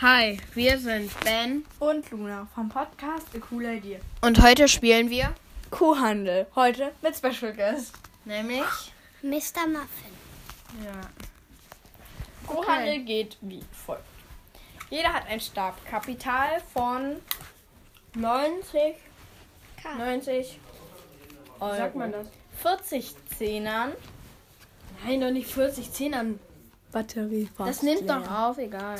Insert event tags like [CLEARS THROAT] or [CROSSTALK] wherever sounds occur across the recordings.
Hi, wir sind Ben und Luna vom Podcast A Cool Idea. und heute spielen wir Kuhhandel. Heute mit Special Guest. nämlich. Mr. Muffin. Ja. Kuhhandel geht wie folgt. Jeder hat ein Startkapital von 90, 90 Euro. Sagt man das? 40 Zehnern. Nein, doch nicht 40 Zehnern. Batterie Das nimmt doch auf, egal.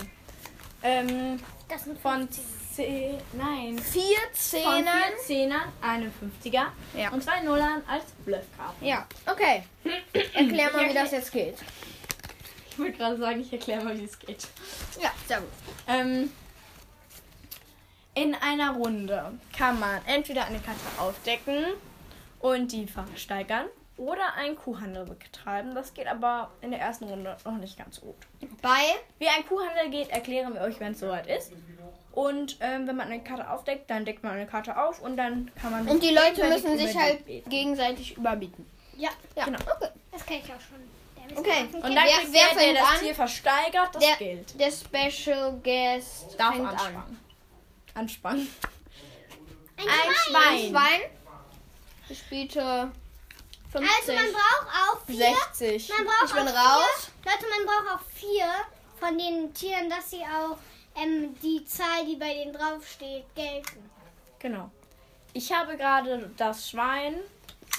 Ähm, Das sind von 10, nein. Vier Von vier Zehnern eine 50er Ja. und zwei Nullern als Bluffkarten. Ja, [CLEARS THROAT] okay. Erklär mal, wie das jetzt geht. Ich wollte gerade sagen, ich erkläre mal, wie es geht. Ja, sehr gut. Ähm, in einer Runde kann man entweder eine Karte aufdecken und die versteigern oder einen Kuhhandel betreiben. Das geht aber in der ersten Runde noch nicht ganz so gut. Bei. Wie ein Kuhhandel geht, erklären wir euch, wenn es soweit ist. Und ähm, wenn man eine Karte aufdeckt, dann deckt man eine Karte auf und dann kann man. Und die Leute gegenseitig müssen über sich die halt beten. gegenseitig überbieten. Ja, Ja, genau. okay. Das kann ich auch schon. Der Mr. Okay. Muffin Und kennt- dann wer- kriegt wer der, fängt der das an? Tier versteigert, das Der, Geld. der Special Guest Darf fängt anspannen. an. Anspannen. [LAUGHS] ein Ein Schwein. Schwein. Ein Schwein gespielte 50. Also man braucht auch vier. 60. Man braucht Ich bin auch raus. Vier, Leute, man braucht auch vier von den Tieren, dass sie auch ähm, die Zahl, die bei denen draufsteht, gelten. Genau. Ich habe gerade das Schwein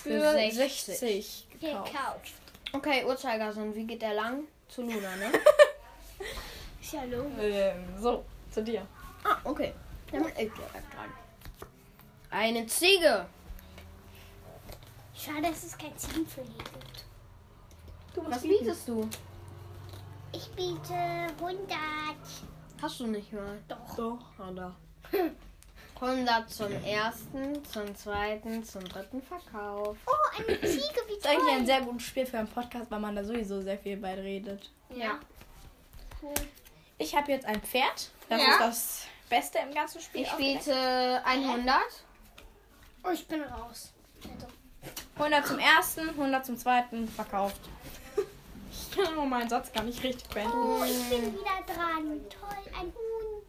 für, Für 60. 60, gekauft. Gekauft. Okay, Uhrzeigersinn, wie geht der lang? Zu Luna, ne? [LAUGHS] Ist ja logisch. Ähm, so, zu dir. ah, okay. Dann bin ich direkt dran. Eine Ziege. Schade, dass es kein Team für die gibt. Du musst Was bietest du? Ich biete 100. Hast du nicht mal. Doch. Doch, oder? 100 zum ersten, zum zweiten, zum dritten Verkauf. Oh, eine Ziege, wie Ist eigentlich ein toll. sehr gutes Spiel für einen Podcast, weil man da sowieso sehr viel bei redet. Ja. Cool. Ich habe jetzt ein Pferd. Das Ja. ist das Beste im ganzen Spiel. Ich biete 100. Oh, ich bin raus. Also, 100 zum ersten, 100 zum zweiten, verkauft. ich kann nur meinen Satz gar nicht richtig beenden. oh, ich bin wieder dran. Toll, ein Huhn.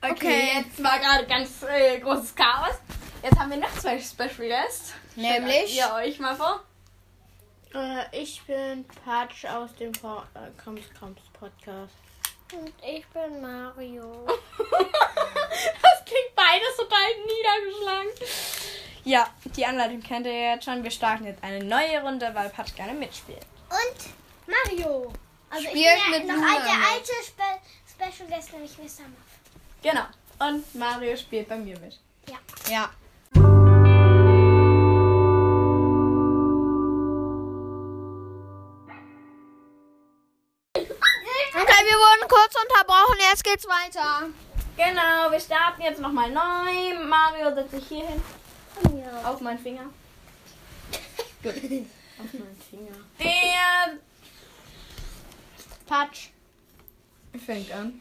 Okay, Okay. jetzt war gerade ganz äh, großes Chaos. Jetzt haben wir noch zwei Special Guests. Nämlich? Stellt Ihr euch mal vor. Äh, ich bin Patsch aus dem Vor äh, Krams Krams Podcast. Und ich bin Mario. Das klingt beides total niedergeschlagen. Ja, die Anleitung kennt ihr jetzt schon. Wir starten jetzt eine neue Runde, weil Patsch gerne mitspielt. Und Mario. Also Spielt ich bin ja mit noch Luna ne? alt, der mit. alte Spe Special Guest, nämlich Mr. Muff. Genau. Und Mario spielt bei mir mit. Ja. Okay, wir wurden kurz unterbrochen. Jetzt geht's weiter. Genau, wir starten jetzt nochmal neu. Mario setzt sich hier hin. Ja. Auf meinen [LAUGHS] Finger. Auf meinen Finger. Der Patsch fängt an.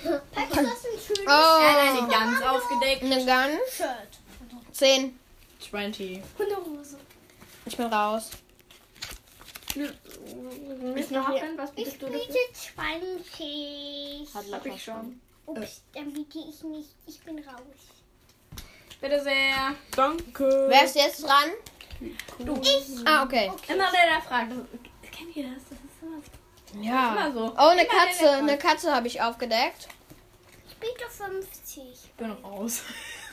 Ist das ein [LAUGHS] schönes Er hat Oh, eine ganz aufgedeckt. eine Gun. Shirt? 10. 20. Hundehose. Ich bin raus. Ist noch jemand? Was Ich bietest du dafür? biete 20. Hab ich schon. Ups, dann biete ich nicht. Ich bin raus. Bitte sehr. Danke. Wer ist jetzt dran? Du. Ah, okay. Immer der, der fragt. Das- Kennt ihr das? Das ist immer Ja. Immer so. Oh, eine Immer der, Katze. der Eine Katze habe ich aufgedeckt. Ich biete 50. Ich bin [LAUGHS] raus.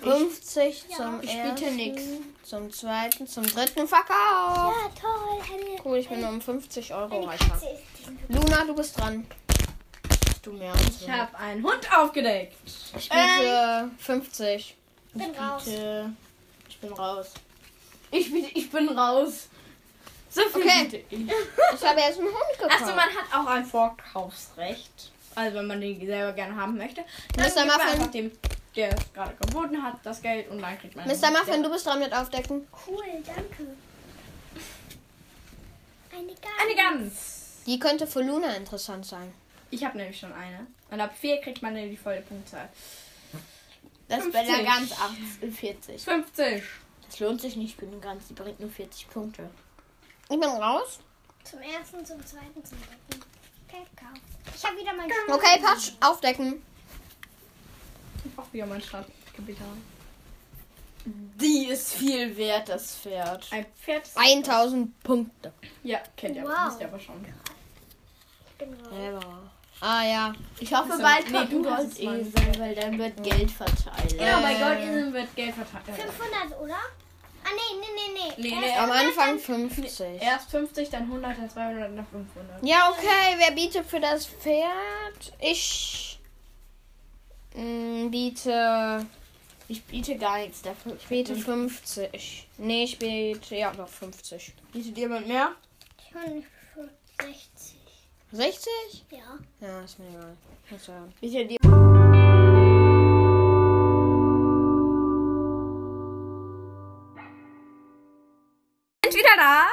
50 zum ersten, zum zweiten, zum dritten Verkauf. Ja, toll. Eine, Cool, ich bin um 50 Euro eine reicher. Katze ist die. Luna, du bist dran. Du mehr Ich habe einen Hund aufgedeckt. Ich biete 50. Ich bin raus. Tja, ich bin raus. Ich bin, ich bin raus. So viel Okay. biete ich. Ich habe jetzt einen Hund gekauft. Achso, Also man hat auch ein Vorkaufsrecht. Also wenn man den selber gerne haben möchte. Dann Mr. gibt man Muffin. einfach dem, der es gerade geboten hat, das Geld und dann kriegt man... Mr. Muffin, du bist dran mit Aufdecken. Cool, danke. Eine Gans. Eine Gans. Die könnte für Luna interessant sein. Ich habe nämlich schon eine. Und ab vier kriegt man die volle Punktzahl. Das ist bei der 50. Gans 8 40. 50. Das lohnt sich nicht für eine Gans, die bringt nur 40 Punkte. Ich bin raus. Zum ersten, zum zweiten, zum dritten. Kakao. Ich habe wieder mein Okay, Patsch, aufdecken. Auch wieder mein Startgebiet haben. Die ist viel wert, das Pferd. Ein Pferd. 1000 Punkte. Ja, kennt ihr, Wow. wisst ihr aber schon. Ich bin raus. Äh, Ah ja. Ich hoffe, Also, bald nee, kommt du ein hast es mal. Goldesel, eh weil dann wird Geld verteilt. Ja, Genau, bei Goldiseln wird Geld verteilt. 500, oder? Ah, nee, nee, nee, Äh, nee. Nee, Erst nee, Äh, Am einmal Anfang 50. Erst 50, dann 100, dann 200, dann 500. Ja, okay. Wer bietet für das Pferd? Ich mm, biete. Ich biete gar nichts dafür. Ich biete 50. Nee, ich biete. Ja, doch 50. Bietet jemand mehr? 65. 60? Ja. Ja, ist mir egal. Muss sagen. Bietet die Sind wieder da?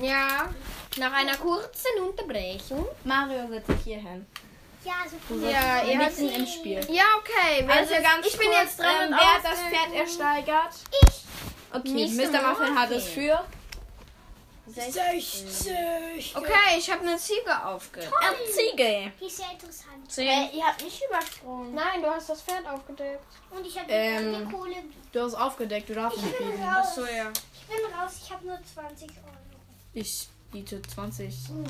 Ja, nach einer kurzen Unterbrechung. Mario sitzt hier hin. Ja, so cool. Ja, ihr habt. Mitten im Spiel. Ja, okay. Wer Also ist- ganz ich bin kurz, jetzt dran. ähm, und wer hat das aufdecken. Pferd ersteigert? Ich. Okay, Nächste Mr. Muffin hat es Muffin. für. 60. Okay, ich habe eine Ziege aufgedeckt. Ziege. Die ist ja interessant. Zehn. Ihr habt mich übersprungen. Nein, du hast das Pferd aufgedeckt. Und ich habe Ähm. die Kohle. Du hast aufgedeckt, du darfst Ich nicht bin bieten. raus. ja. Ich bin raus. Ich habe nur 20 Euro. Ich biete 20. Oh,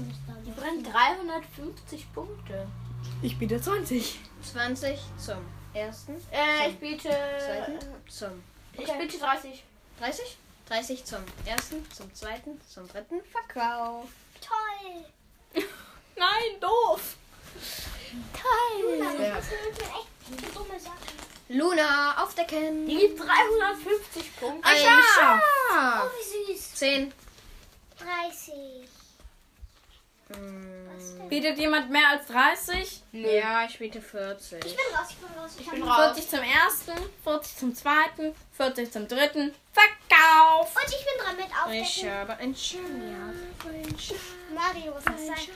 Die brennt 350 Punkte. Ich biete 20. 20 zum ersten, Äh, ich biete. zweiten, zum Ich biete 30. 30? 30 zum ersten, zum zweiten, zum dritten Verkauf. Toll. Nein, doof. Toll. Ja. Das sind echt dumme Sachen. Luna, aufdecken. Die gibt 350 Punkte. Ein Schaf. Oh, Schaf. wie süß. 10. 30. Hm, Was denn? Bietet jemand mehr als 30? Ja, ich biete 40. Ich bin raus. Ich bin raus. Ich, bin hab- raus. 40 zum ersten, 40 zum zweiten, 40 zum dritten. Verkauf! Und ich bin dran mit Aufdecken. Ich habe ein Schaf. Mario, was das sein?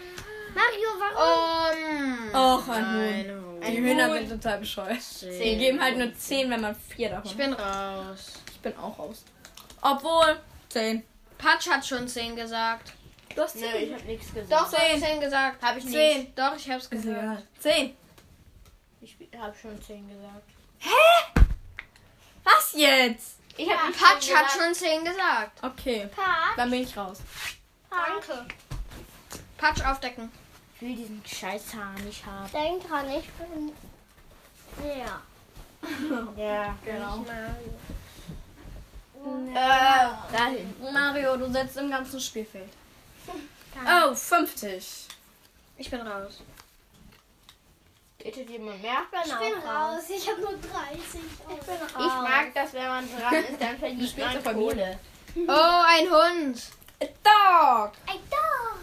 Mario, warum? Um, Och, ein Oh, Huhn. eine Hose. Die Hühner sind total bescheuert. Die geben halt nur 10, wenn man 4 davon Ich hat. bin raus. Ich bin auch raus. Obwohl, 10. Patsch hat schon 10 gesagt. Du hast 10. Nö, ich hab nichts gesagt. Doch, 10, Zehn. 10 gesagt. Habe ich nicht. Doch, ich hab's Ist gesagt. egal. 10. Ich bi- hab schon 10 gesagt. Was jetzt? Ich hab nicht Patsch 10 hat gesagt. schon 10 gesagt. Okay, Paar. dann bin ich raus. Danke. Patsch aufdecken. Ich will diesen scheiß Haar nicht haben. Denk dran, ich bin. Ja. Ja, Genau. Äh, dahin. Mario, du setzt im ganzen Spielfeld. Oh, 50. Ich bin raus. Bietet jemand mehr? Ich bin raus. Ich habe nur 30 Euro. Ich mag das, wenn man dran ist, dann verdient spielst man doch bei mir. Kohle. [LAUGHS] Oh, ein Hund. A Dog! Ein Dog.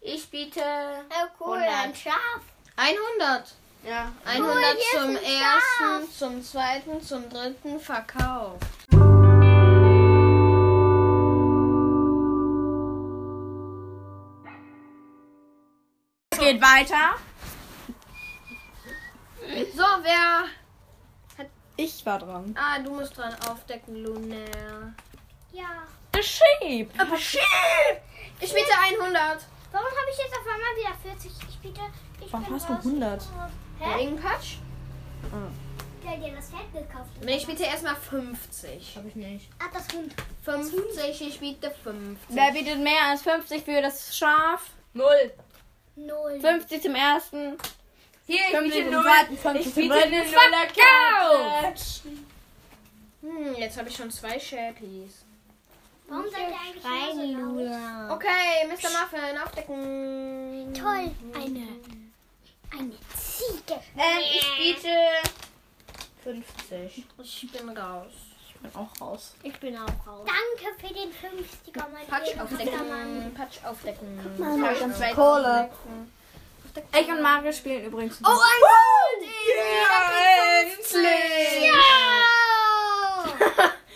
Ich biete. Oh, cool. 100. Ein Schaf. 100. Ja. 100 jetzt zum ein ersten, zum zweiten, zum dritten Verkauf. Es geht weiter. So, wer. Ich war dran. Ah, du musst dran aufdecken, Luna. Ja. A sheep. A sheep. Ich biete 100. Warum habe ich jetzt auf einmal wieder 40? Ich biete. Ich Warum bin hast du raus. 100? Hä? Wegen Patsch? Der dir das Pferd gekauft hat. Ich biete erstmal 50. Hab ich nicht. Ach, das Hund. 50, ich biete 50. Wer bietet mehr als 50 für das Schaf? Null. Null. 50 zum ersten, Hier, ich 50 biete zum null. zweiten, 50 Ich zum biete dritten. eine Nullerkarte. Verkauft! Hm, jetzt habe ich schon zwei Shappies. Warum seid ihr eigentlich immer so laut? Okay, Mr. Muffin, aufdecken. Toll. Eine. Eine Ziege. Ähm, ich biete 50. Ich bin raus. Ich bin auch raus. Ich bin auch raus. Danke für den 50er, mein Patsch lieber aufdecken. Mann. Patsch aufdecken. Patsch Patsch aufdecken. Kohle. Ich und Mario spielen übrigens. Oh, ein Gold! Ja, endlich! [LAUGHS]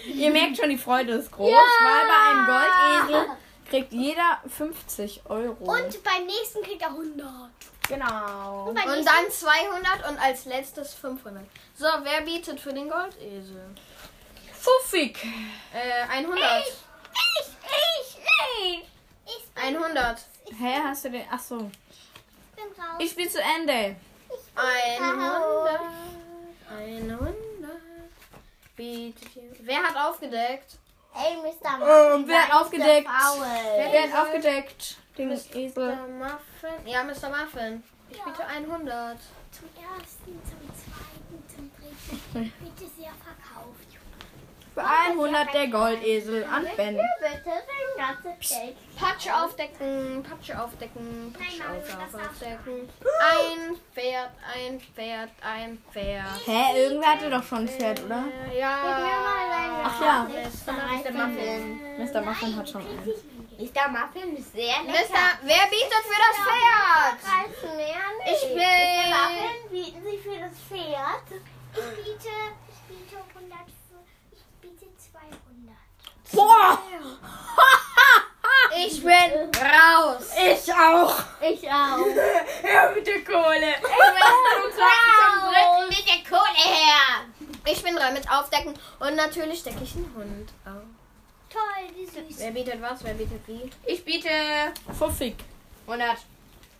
Ihr merkt schon, die Freude ist groß, weil bei einem Goldesel kriegt jeder 50 Euro. Und beim nächsten kriegt er 100. Genau. bei Und dann 200 und als letztes 500. So, wer bietet für den Goldesel? Fuffig. Äh, 100. Ich, ich, ich. Ich bin, 100. Hä, hast du den? Ach so. bin raus. Ich bin zu Ende. 100. 100. Bietet ihr- Wer hat aufgedeckt? Ey, Mr. Ähm, wer hat Mr. aufgedeckt? Faul. Wer hat aufgedeckt? Den Esel. Mr. Muffin. Ja, Mr. Muffin. Ich biete 100. Zum ersten, zum zweiten, zum dritten. Bitte sehr verkauft. Für 100 der Goldesel an Ben. Bitte dein ganzes Geld. Patsch aufdecken, Patsch aufdecken, Patsch Nein, Mami, das auf, darfst aufdecken. Ein Pferd, ein Pferd, ein Pferd. Hä, irgendwer hatte doch schon ein Pferd, oder? Äh, Ja. Ach ja. Mr. Muffin. Mr. Muffin hat schon einen. Mr. Muffin ist sehr Mister, wer bietet für das Pferd? Preis mehr nicht. Ich will. Waffen bieten Sie für das Pferd? Ich biete, ich biete 100, ich biete 200. Boah! Ich bin raus. [LAUGHS] Ich auch! [LAUGHS] Ich auch. Ja, mit der Kohle! Wow. Mit der Kohle her. Ich bin dran mit Aufdecken und natürlich decke ich einen Hund auf. Toll, die Süße. Wer bietet was? Wer bietet wie? Ich biete Fuffig. 100.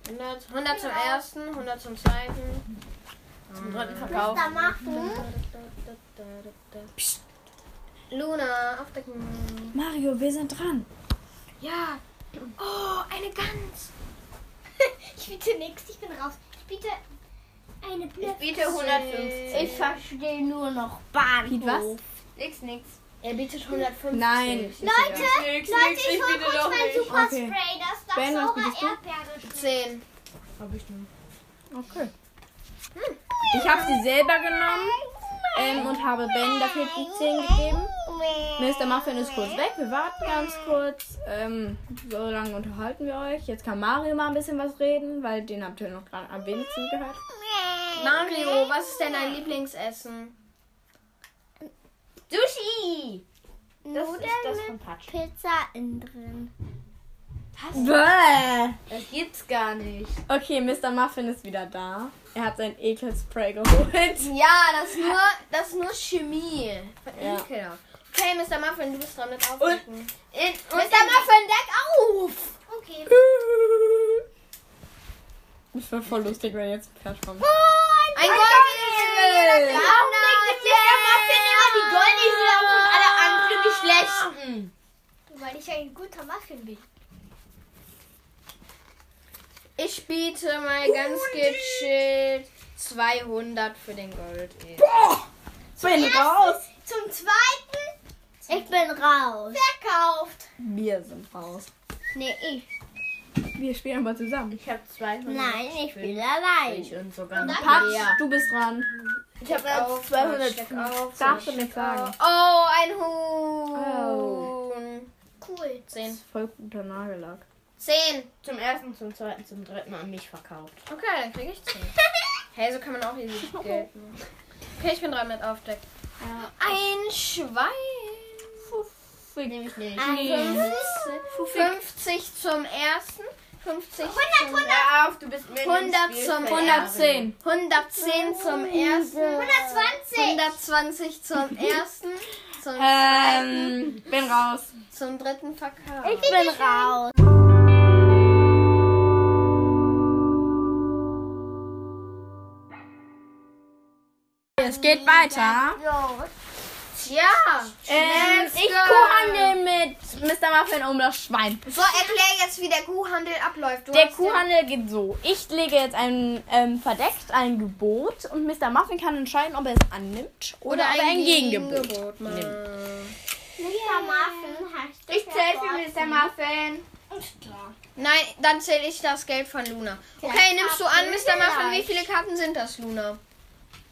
100, 100 zum ersten, 100 zum zweiten. Zum dritten Verkauf. Da machen. Psst. Luna, aufdecken. Mario, wir sind dran. Ja. Oh, eine Gans. [LAUGHS] Ich biete nichts, ich bin raus. Ich biete eine Blöcke. Biete 150. Ich verstehe nur noch Bahnhof. Piet, was? Nix, nix. Er bietet 150. Nein. Leute, Nix, Leute, nix, ich ich hol biete doch kurz mein nicht. Superspray. Okay. Das darf Ben, was saure bietest du? Erdbeere schmecken. 10. Okay. Hm. Ich habe sie selber genommen ähm, und habe Ben dafür die 10 gegeben. Mr. Muffin ist kurz weg. Wir warten ganz kurz. Ähm, so lange unterhalten wir euch. Jetzt kann Mario mal ein bisschen was reden, weil den habt ihr noch gerade am wenigsten gehört. Mario, was ist denn dein Lieblingsessen? Sushi! Das Das ist das von Patsch. Pizza innen drin. Bäh. Das gibt's gar nicht. Okay, Mr. Muffin ist wieder da. Er hat sein Ekelspray geholt. Ja, das ist nur, das ist nur Chemie. Ja. Ekelhaft. Okay, Mr. Genau. Muffin, du bist dran mit Aufdecken. Und- In, Mr. Muffin, deck auf! Okay. Das wäre voll lustig, wenn jetzt ein Pferd kommt. Ein Goldesel! Genau, Die Goldesel und alle anderen die schlechten. Weil ich ein guter Muffin bin. Ich biete mal ganz gechillt 200 für den Goldesel. Bin raus! Zum zweiten. Ich bin raus. Verkauft. Wir sind raus. Nee, ich. Wir spielen aber zusammen. Ich habe 200. Nein, ich bin allein. Ich und sogar noch Patsch, mehr. du bist dran. Ich hab auf, 200. Steck auf. Darfst du nicht sagen. Oh, ein Huhn. Cool. Das Zehn. ist voll guter Nagellack. Zehn. Zum ersten, zum zweiten, zum dritten an mich verkauft. Okay, dann krieg ich [LAUGHS] zehn. Hey, so kann man auch easy [LAUGHS] Geld machen. Okay, ich bin dran mit Aufdeck. Ein Schwein. Nehme ich nicht. Also, Eins. 50 zum ersten, 50 zum Hör auf, du bist mir 100 zum 110. 110 zum ersten, 120. 120 [LAUGHS] zum ersten, zum, Ähm, bin raus. zum dritten Verkauf. Ich bin raus. Es geht weiter. Tja, Ähm, ich Kuhhandel mit Mr. Muffin um das Schwein. so erklär jetzt, wie der Kuhhandel abläuft. Du Der hast ja- Kuhhandel geht so. Ich lege jetzt ein ähm, Verdeckt, ein Gebot und Mr. Muffin kann entscheiden, ob er es annimmt oder, ob er ein nimmt. Gegengebot. Mr. Muffin hast du Ich zähle für Mr. Muffin. Nein, dann zähle ich das Geld von Luna. Okay, nimmst du an, Mr. Muffin? Wie viele Karten sind das, Luna?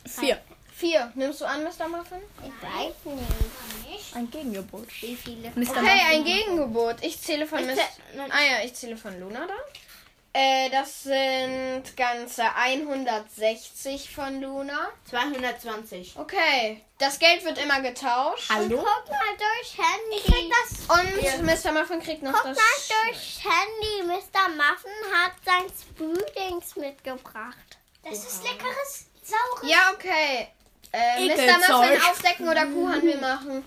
Vier. Vier. Nimmst du an, Mr. Muffin? Ich weiß nicht. Ein Gegengebot. Wie viele? Mr. Okay, ein Gegengebot. Ich zähle von Miss. zähl- nein. Ah ja, ich zähle von Luna dann. Äh, das sind ganze 160 von Luna. 220. Okay. Das Geld wird immer getauscht. Und Hallo? guck mal durch Handy. Ich krieg das. Und Mr. Muffin kriegt noch Guck mal das. durch Handy. Mr. Muffin hat sein Puddings mitgebracht. Das ist leckeres, saures. Ja, okay. Äh, Mr. Ekelzeug. Muffin aufdecken oder Kuhhandel machen.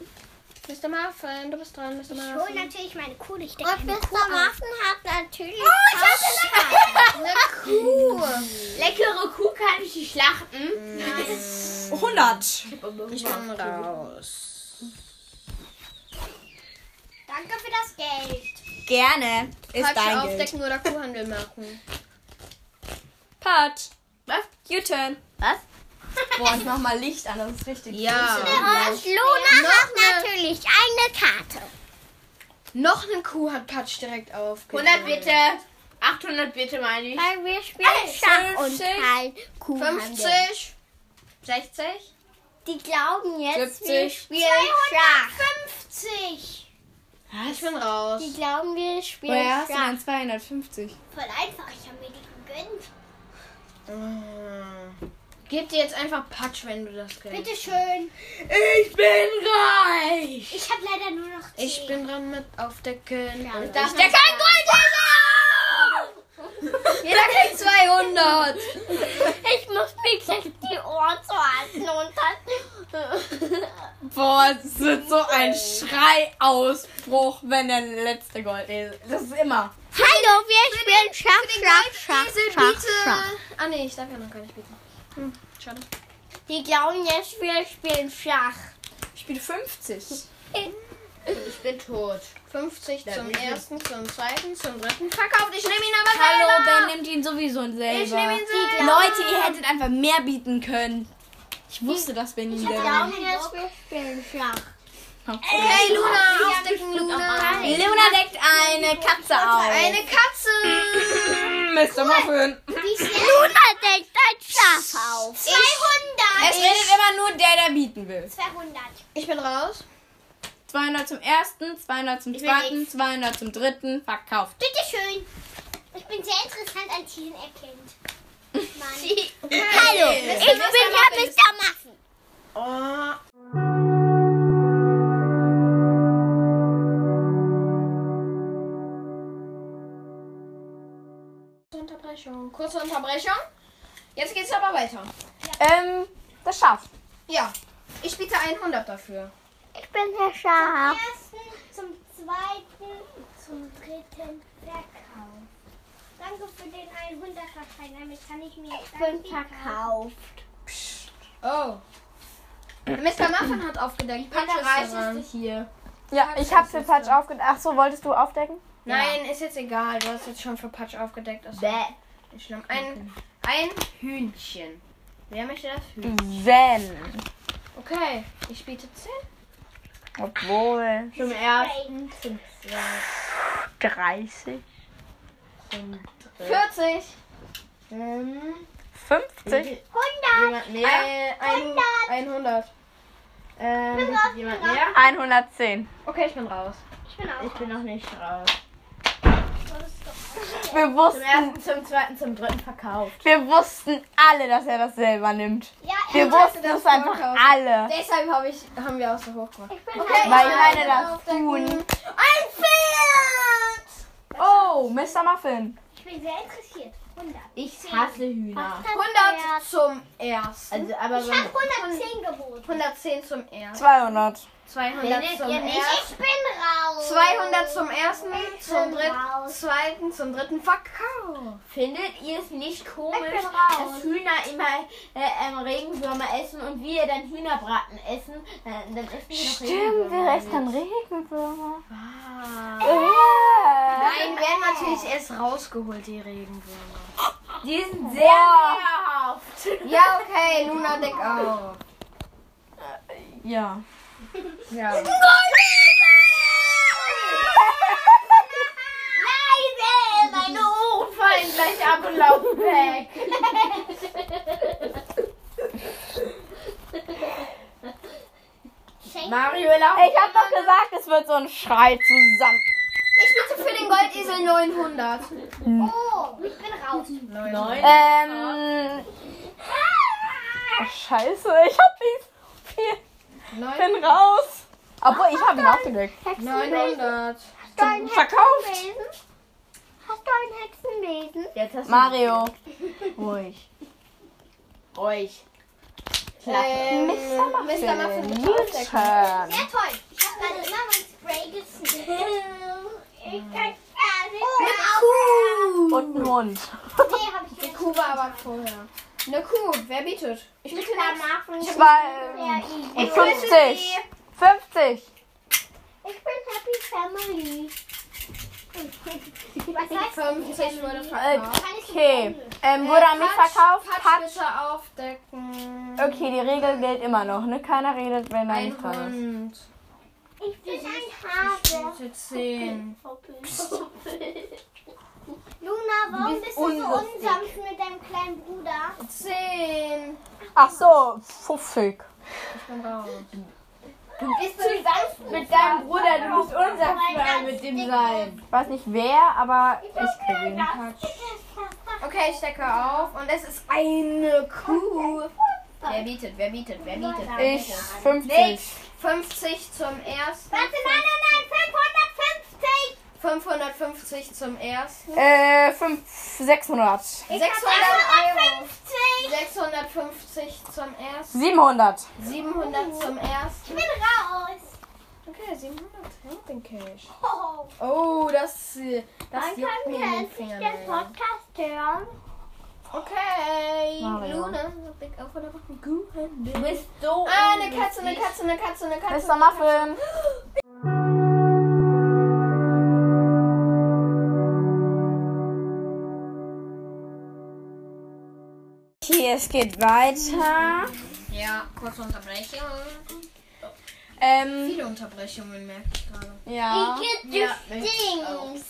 Mr. Muffin, du bist dran, Mr. Ich hole Muffin. natürlich meine Kuh. Ich denke, Und Mr. Muffin hat natürlich. Oh, Eine Kuh. Leckere Kuh kann ich nicht schlachten. 100. Ich komme raus. Danke für das Geld. Gerne. Ist Patsche dein Geld. aufdecken oder Kuhhandel machen. Patsch. Was? Your turn. Was? Boah, ich mach mal Licht an, das ist richtig. Ja. Und Luna Noch hat eine- natürlich eine Karte. Noch eine Kuh hat Patsch direkt aufgedeckt. 100 bitte. 800 bitte, meine ich. Weil wir spielen Schach und kein Kuhhandel. 50. 60. Die glauben jetzt, 70. wir spielen Schach. 50. Ich bin raus. Die glauben, wir spielen Woher hast du Schach. denn 250? Voll einfach, ich habe mir die gegönnt. Mhm. Gib dir jetzt einfach Patsch, wenn du das kriegst. Bitteschön. Ich bin reich. Ich habe leider nur noch 10. Ich bin dran mit aufdecken. Ja, und das ich decke ein Gold! Jeder kriegt 200. [LAUGHS] ich muss mir gleich die Ohren zu halten und [LAUGHS] dann... Boah, es wird so ein Schreiausbruch, wenn der letzte Gold ist. Das ist immer. Hallo, wir spielen Schach, Schach, Schach, Esel, Schach, bitte. Schach. Ah, nee, ich darf ja noch gar nicht bieten. Hm, schade. Die glauben jetzt, wir spielen Schach. Ich spiele 50. Ich bin tot. 50 Ja, zum wie viel? ersten, zum zweiten, zum dritten. Verkauft, ich nehme ihn aber Hallo, selber. Ben nimmt ihn sowieso selber. Ich nehme ihn selber. Leute, ihr hättet einfach mehr bieten können. Ich wusste, dass Ben ihn Die selber. glauben jetzt, wir spielen Schach. Okay, Luna, aufdecken, Luna. Luna deckt eine Katze auf. Eine Katze. Mr. Muffin. Luna deckt ein Schaf auf. 200. Es redet immer nur der, der bieten will. 200. Ich bin raus. 200 zum ersten, 200 zum zweiten, 200 zum dritten. Verkauft. Bitteschön. Ich bin sehr interessant an Tieren erkennt. [LAUGHS] Hallo, ich bin Herr Mr. Muffin. Oh. Unterbrechung. Kurze Unterbrechung. Jetzt geht's aber weiter. Ähm, das schafft. Ja. Ich biete 100 dafür. Ich bin Herr Schaf. Zum ersten, zum zweiten, zum dritten Verkauf. Danke für den 100er Schein. Damit kann ich mir Ich bin verkauft. Oh. Mr. Muffin hat aufgedeckt. Patch ist dran. hier. Ja, ich hab für Patsch aufgedeckt. Ach so, wolltest du aufdecken? Nein, ist jetzt egal. Du hast jetzt schon für Patch aufgedeckt. Das ist nicht schlimm. Ein, ein Hühnchen. Wer möchte das Hühnchen? Wenn. Okay, ich biete 10. Obwohl. Zum ersten. 30. 40. Mhm. 50. 100. Jemand mehr? Äh, ein- 100. Ähm, Jemand mehr? 110. okay, ich bin raus. Ich bin auch. Ich bin noch nicht raus. Wir Zum wussten, ersten, zum zweiten, zum dritten verkauft. wir wussten alle, dass er das selber nimmt. Ja, Wir ich- wussten es einfach vorkaufen. alle. Deshalb hab ich, haben wir auch so hoch gemacht. ich bin Weil ich Herr meine, das tun. Ein Pferd! Oh, Mr. Muffin. Ich bin sehr interessiert. 100. Ich hasse Hühner. 100 zum ersten. Also, aber Ich so habe 110 geboten. 110 zum ersten. 200. 200 zum ersten. Ich bin raus. 200 zum ersten, Ich zum bin dritten, raus. zweiten, zum dritten Verkauf. Findet ihr es nicht Ich komisch, bin raus. dass Hühner immer äh, ähm, Regenwürmer essen und wir dann Hühnerbraten essen? Äh, dann essen wir noch Regenwürmer. dann Regenwürmer. Ah. Yeah. Nein, werden natürlich erst rausgeholt, die Regenwürmer. Die sind sehr Boah. wehrhaft. Ja, okay, Luna, deck auf. Ja. Ja. Leise, meine Ohren. Fallen gleich ab und laufen weg. Mariola, Ich hab doch gesagt, es wird so ein Schrei zusammen. Ich bitte für den Goldesel 900. Oh, ich bin raus. Neun. Ähm. Ach, scheiße, ich hab nicht so viel. Neun. Bin raus. Obwohl, ich hab ihn aufgedeckt. 900. Hast du einen Verkauft. Hexenbesen? Hast du einen Hexenbesen? Jetzt hast Mario. Ruhig. Ruhig. Mr. Mr. Muffin Ähm, Muffin. ist Newton. Sehr toll. Ich habe meine Mama ins Spray gesnippt. Ich kann Oh, Und ein Hund. Nee, hab ich Die nicht. Kuh war aber vorher. Eine Kuh, wer bietet? Ich biete nach. Zwei. Ja, äh, 50. 50. Ich bin Happy Family. Was heißt 50 wurde Äh, verkauft. Okay. Äh, Ähm, wurde an mich Patsch, verkauft. Patsch, bitte aufdecken. Okay, die Regel gilt immer noch, ne? Keiner redet, wenn er nicht Ein dran ist. Hund. Ich bin ein Hase. Bitte 10. Luna, warum bist du so unsanft mit deinem kleinen Bruder? 10. Ach so, pfuffig. Ich bin raus. Bist du sanft mit deinem Bruder? Du bist unsanft mit dem sein. Ich weiß nicht wer, aber ich krieg ihn. Okay, ich stecke auf. Und es ist eine Kuh. Wer bietet, wer bietet, wer bietet? Ich 50. Nicht. 50 zum ersten. Warte, nein, nein, nein, 550. 550 zum ersten. Äh, 5, 600. 600 Euro. 50. 650 zum ersten. 700. 700 zum Ich ersten. bin raus. Okay, 700 hängt den Cash. Oh. Oh, das, äh, das Dann juckt kann mir wir in den endlich den Fingern. Podcast hören. Okay, Oh. Mario. Luna, big auf oder machen Kuchen. Du bist so. Ah, eine Katze, eine Katze, eine Katze, eine Katze. Mr. Muffin. Hier, es geht weiter. Ja, kurze Unterbrechung. Ähm, Ähm, Viele Unterbrechungen merke ich gerade. ja. Ja, Dings.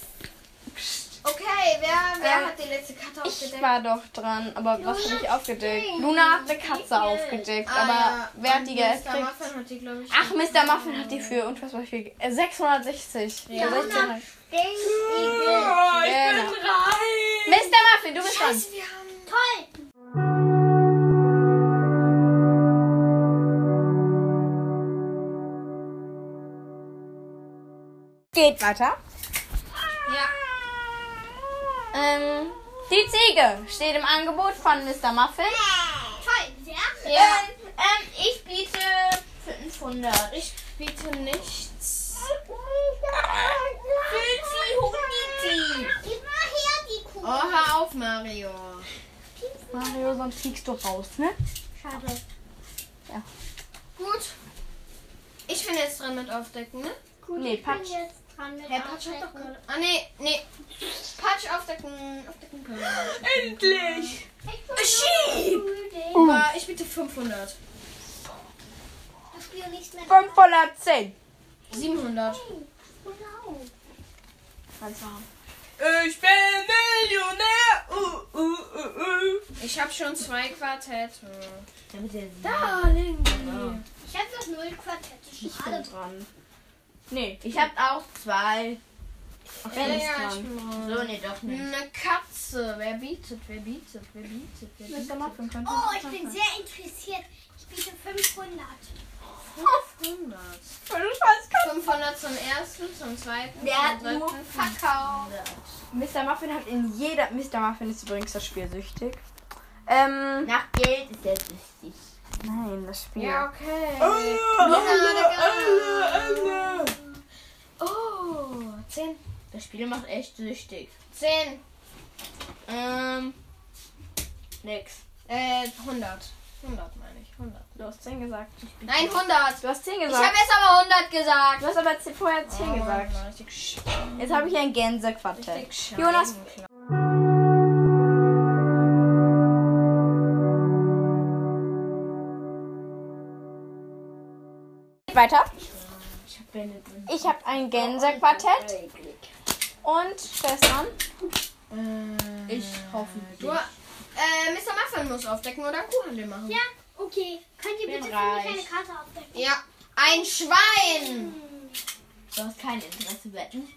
Okay, wer, wer Ähm, hat die letzte Karte Ich aufgedeckt? war doch dran, aber was habe ich aufgedeckt? Luna hat eine Katze aufgedeckt, Ah, aber ja. wer hat Und die Mr. gekriegt? Muffin hat die, glaube ich. Ach, Mr. Muffin hat die für unfassbar viel. ge- Äh, 660. Ja. Für 1600. Ding. Genau. Mr. Muffin, du bist dran. Wir haben Toll. Geht weiter. ja, Ähm, die Ziege steht im Angebot von Mr. Muffin. Toll, sehr. Ähm, ähm, ich biete 500. ich biete nichts. Gib mal her die Kuh. Oh, hör auf, Mario. Mario, sonst fliegst du raus, ne? Schade. Gut. Ich bin jetzt dran mit aufdecken, ne? Gut, Nee, ich bin Patsch. jetzt dran mit Herr Patsch hat doch Aufdecken. gerade. Ah, nee, nee. Patsch aufdecken. Aufdecken können. Äh, Ich bin Schieb. Hm. Aber Äh, ich biete 500. Oh. Das Spiel nicht mehr. 510. 700. Genau. Ich bin Millionär. Uh, uh, uh, uh. Ich habe schon zwei Quartette. Damit er sieht. Darling. Ich habe noch null Quartette. Schade. dran. Nee. Ich hab auch zwei. Okay, ja, ich bin So, dran. nee, doch nicht. Eine Katze. Wer bietet? Wer bietet? Wer bietet? Wer bietet? Mr. Muffin könnte. Oh, ich bin sehr interessiert. Ich biete 500. 500. 500 zum ersten, zum zweiten, Der zum hat dritten. Verkauf. Mr. Muffin hat in jeder. Mr. Muffin ist übrigens das Spiel süchtig. Mhm. Ähm. Nach Geld ist er süchtig. Nein, das Spiel. Ja, okay. Luna, Digga. Oh, 10. Das Spiel macht echt süchtig. 10. Ähm. Nix. Äh, 100. 100 meine ich. 100. Du hast 10 gesagt. Nein, 100. Du hast 10 Ich gesagt. habe jetzt aber 100 gesagt. du hast aber ze- vorher 10 Oh, gesagt. Jetzt habe ich ein Gänsequartett. Jonas. Weiter. Ich hab Bennett und Ich habe ein Gänsequartett. Und wer ist dran? ich hoffentlich. Mm. Du, äh, Mr. Muffin muss aufdecken oder einen Kuhhandel machen. Ja, okay. Könnt ihr bitte für mich eine Karte aufdecken? Ja. Ein Schwein. Du hast kein Interesse wetten.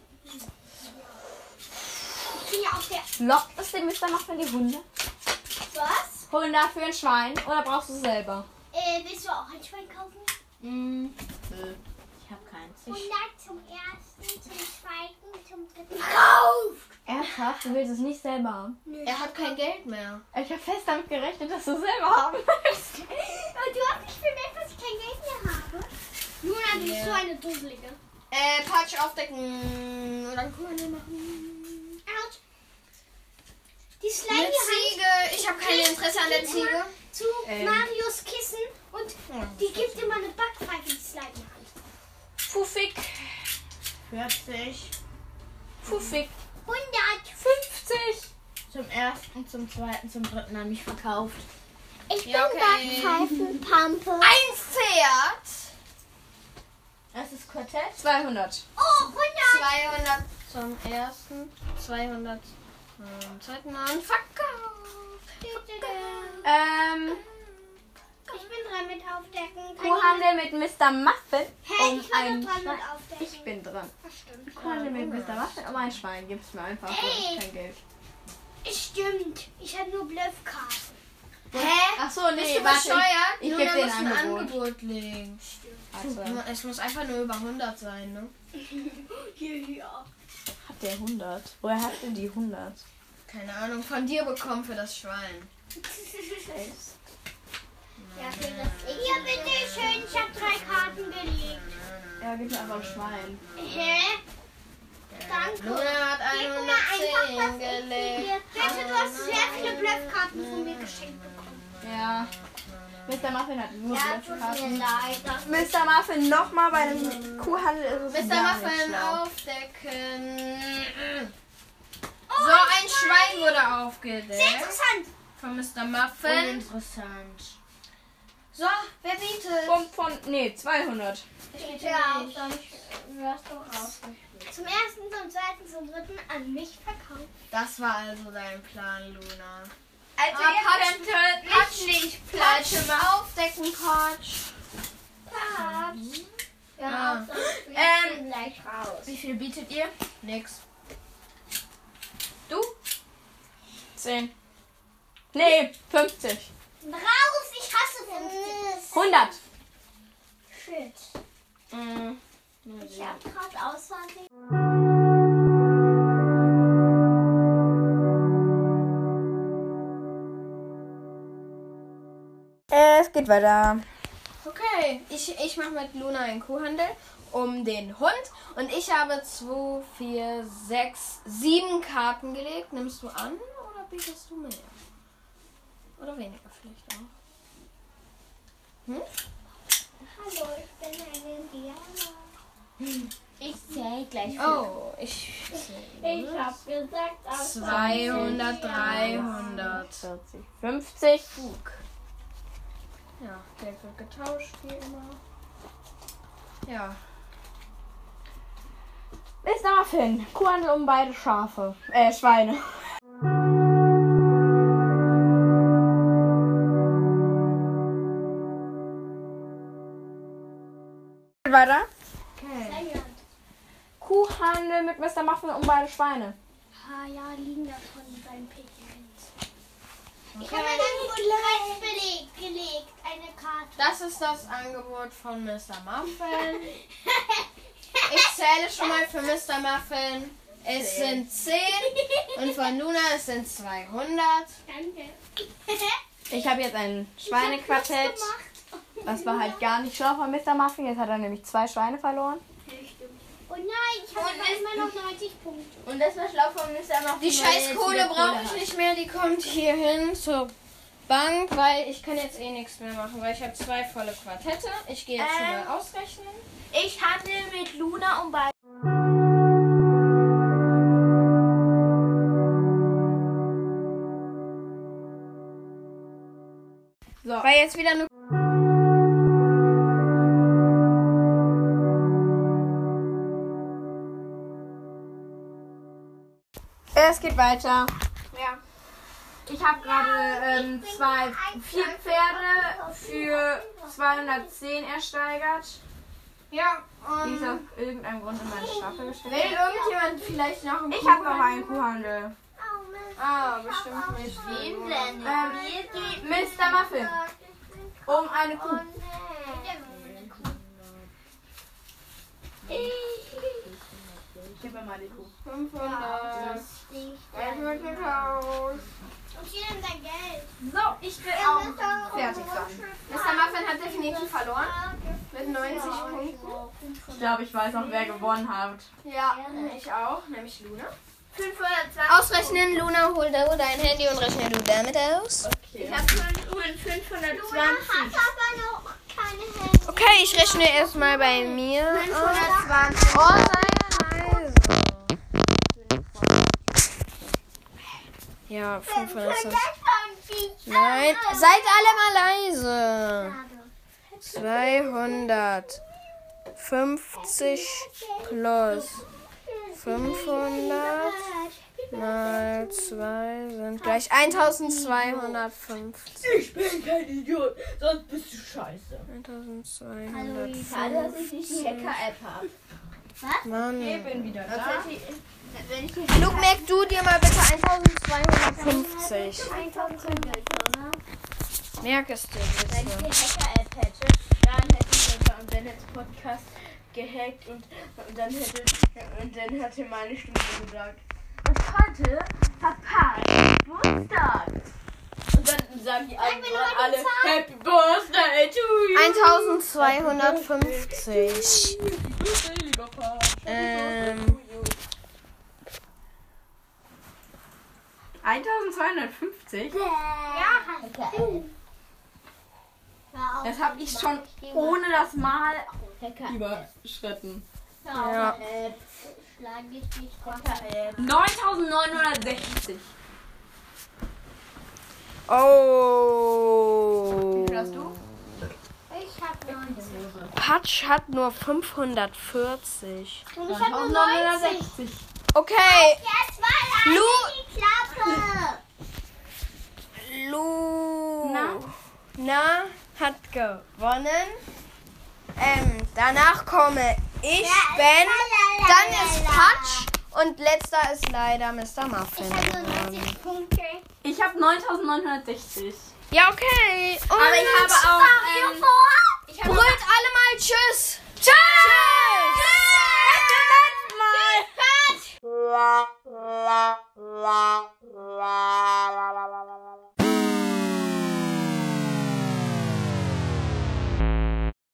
hier auf der. Lockt es den Mr. Muffin die Hunde? Was? Holen dafür ein Schwein oder brauchst du es selber? Äh, willst du auch ein Schwein kaufen? Ich habe keins. 100 zum ersten, zum zweiten, zum dritten. Ernsthaft? Du willst es nicht selber haben? Er hat kein Geld mehr. Ich habe fest damit gerechnet, dass du es selber haben willst. Und du hast mich bemerkt, dass ich kein Geld mehr habe. Luna, du bist so eine Dusselige. Äh, Patsch aufdecken. Und dann können wir machen. Autsch. Die Slime Eine hier Ziege. Ähm. Ich habe kein Interesse an der Ziege. hat zu Marios Kissen und die gibt immer eine Backpfeife, die Slime in die Hand. Puffig, 40. puffig, 100. 50. Zum ersten, zum zweiten, zum dritten an mich verkauft. Ich Ja, bin okay. Backpfeifenpampe. Ein Pferd. Das ist Quartett. 200. Oh, 100. 200 zum ersten. 200 zum zweiten. Und verkauft. Ähm, Ich bin dran mit Aufdecken. Kuhhandel mit Mr. Muffin Hey, um ich war ein noch dran Schwein. mit Aufdecken. Ich bin dran. Das stimmt. Kuhhandel mit Mr. Muffin um ein Schwein. Gib's mir einfach. Ich hab kein Geld. Äh, Stimmt. Ich habe nur Bluffkarten. Hä? Ach so, Bist nee, du warte. bescheuert? ich geb Luna dir muss ein ein Angebot. Angebot legen. Ich, warte. Es muss einfach nur über 100 sein, ne? [LAUGHS] Hier, hier. Hat der 100? Woher hat denn die 100? Keine Ahnung, von dir bekommen für das Schwein. Ja, für das Hier, bitte schön. Ich habe drei Karten gelegt. Ja, gib mir einfach ein Schwein. Hä? Danke. Luna hat Gib mir einfach was 110 ich gelegt. dir. Bitte, du hast sehr viele Bluffkarten von mir geschenkt bekommen. Ja. Mr. Muffin hat nur Ja, Blödsinn tut gehabt. mir leid. Das Mr. Muffin nochmal bei einem Kuhhandel ist es Mr. gar nicht Muffin schlau. aufdecken. So, ein Schwein wurde aufgedeckt Oh, interessant. von Mr. Muffin. Interessant. So, wer oh. bietet? Pump von, nee, 200. Ja, Zum ersten, zum zweiten, zum dritten an mich verkauft. Das war also dein Plan, Luna. Also Ah, Patsch, ihr könntet Patsch, mich nicht Patsch, platschen. aufdecken, Patsch. Ja, Ja, Ähm, gleich raus. wie viel bietet ihr? nix. 10. Nee, 50. Raus, ich hasse 50. 100. Shit. Ich hab gerade aus Versehen. Es geht weiter. Okay, ich, ich mache mit Luna einen Kuhhandel um den Hund und ich habe 2, 4, 6, 7 Karten gelegt. Nimmst du an oder bietest du mehr? Oder weniger vielleicht auch. Hallo, ich bin eine Indianer. Ich zähle gleich. Oh, ich. Ich hab gesagt, aus 200, 300. 40, 50. Ja, Geld wird getauscht wie immer. Ja. Mr. Muffin, Kuhhandel um beide Schafe. Äh, Schweine. Geht Weiter. Okay. Thailand. Kuhhandel mit Mr. Muffin um beide Schweine. Ah ja, liegen da von seinen Pickens. Ich habe ein Angebot beleg, gelegt, eine Karte. Das ist das Angebot von Mr. Muffin. Ich zähle schon mal für Mr. Muffin. Es sind 10 und von Luna es sind 200. [LAUGHS] Danke. [LAUGHS] Ich habe jetzt ein Schweinequartett. Das war halt gar nicht schlau von Mr. Muffin. Jetzt hat er nämlich zwei Schweine verloren. Oh nein, ich habe immer noch 90 Punkte. Und das war schlau von Mr. Muffin. Die scheiß Kohle brauche ich nicht mehr, die kommt hier hin zur Bank, weil ich kann jetzt eh nichts mehr machen, weil ich habe zwei volle Quartette. Ich gehe jetzt schon Ähm. mal ausrechnen. Ich handle mit Luna um beide. So. Weil jetzt wieder eine Es geht weiter. Ja. Ich habe gerade ähm, zwei, vier Pferde für 210 ersteigert. Ja, Die ist ähm, aus irgendeinem Grund in meine Staffel will gestellt. irgendjemand vielleicht noch einen Ich habe noch einen Kuhhandel. Ah, bestimmt nicht. Wem Ähm, Mr. Muffin. Um eine Kuh. Gib mir mal die Kuh. 500. Ich möchte raus. Und hier in dein Geld. So, ich will auch fertig sein. Mr. Muffin hat definitiv verloren. Mit 90 Punkten. Ich glaube, ich weiß auch, wer gewonnen hat. Ja, ich auch. Nämlich Luna. 520. Ausrechnen, Luna, hol du dein Handy und rechne du damit aus. Okay. Luna hat aber noch keine Hände. Okay, ich rechne erstmal bei mir. aus. Oh nein, also. Ja, 500. Nein, seid alle mal leise. 250 plus 500 mal 2 sind gleich 1250. Ich bin kein Idiot, sonst bist du scheiße. 1250. dass ich die Checker-App habe. Mann. bin wieder da. Wenn ich hier Luke, merk du dir mal bitte 1250. Merk es dir bitte. die Hacker-App hätte, dann hätte ich das und dann hätte Podcast gehackt und, und dann hätte und dann hätte meine Stimme gesagt. Und heute hat Paul Geburtstag. Und dann sagen die alle, alle Happy Birthday to you. 1250. Ähm, 1250? Das habe ich schon ohne das Mal überschritten. ja. Schlag ich dich doch. 9960. Oh. Hast du? Ich hab 90. Patsch hat nur 540. Und ich hab nur 90. Okay, Jetzt war Lu. die Klappe. Lu. Na? hat gewonnen. Ähm, danach komme ich, Ben. Dann ist Patsch. Und letzter ist leider Mr. Muffin. Ich hab nur 90 Punkte. Ich habe 9960. Ja, okay. Und Aber ich habe auch. Ähm, ich habe Brüllt alle mal Tschüss. Tschüss. Tschüss. Tschüss. Tschüss.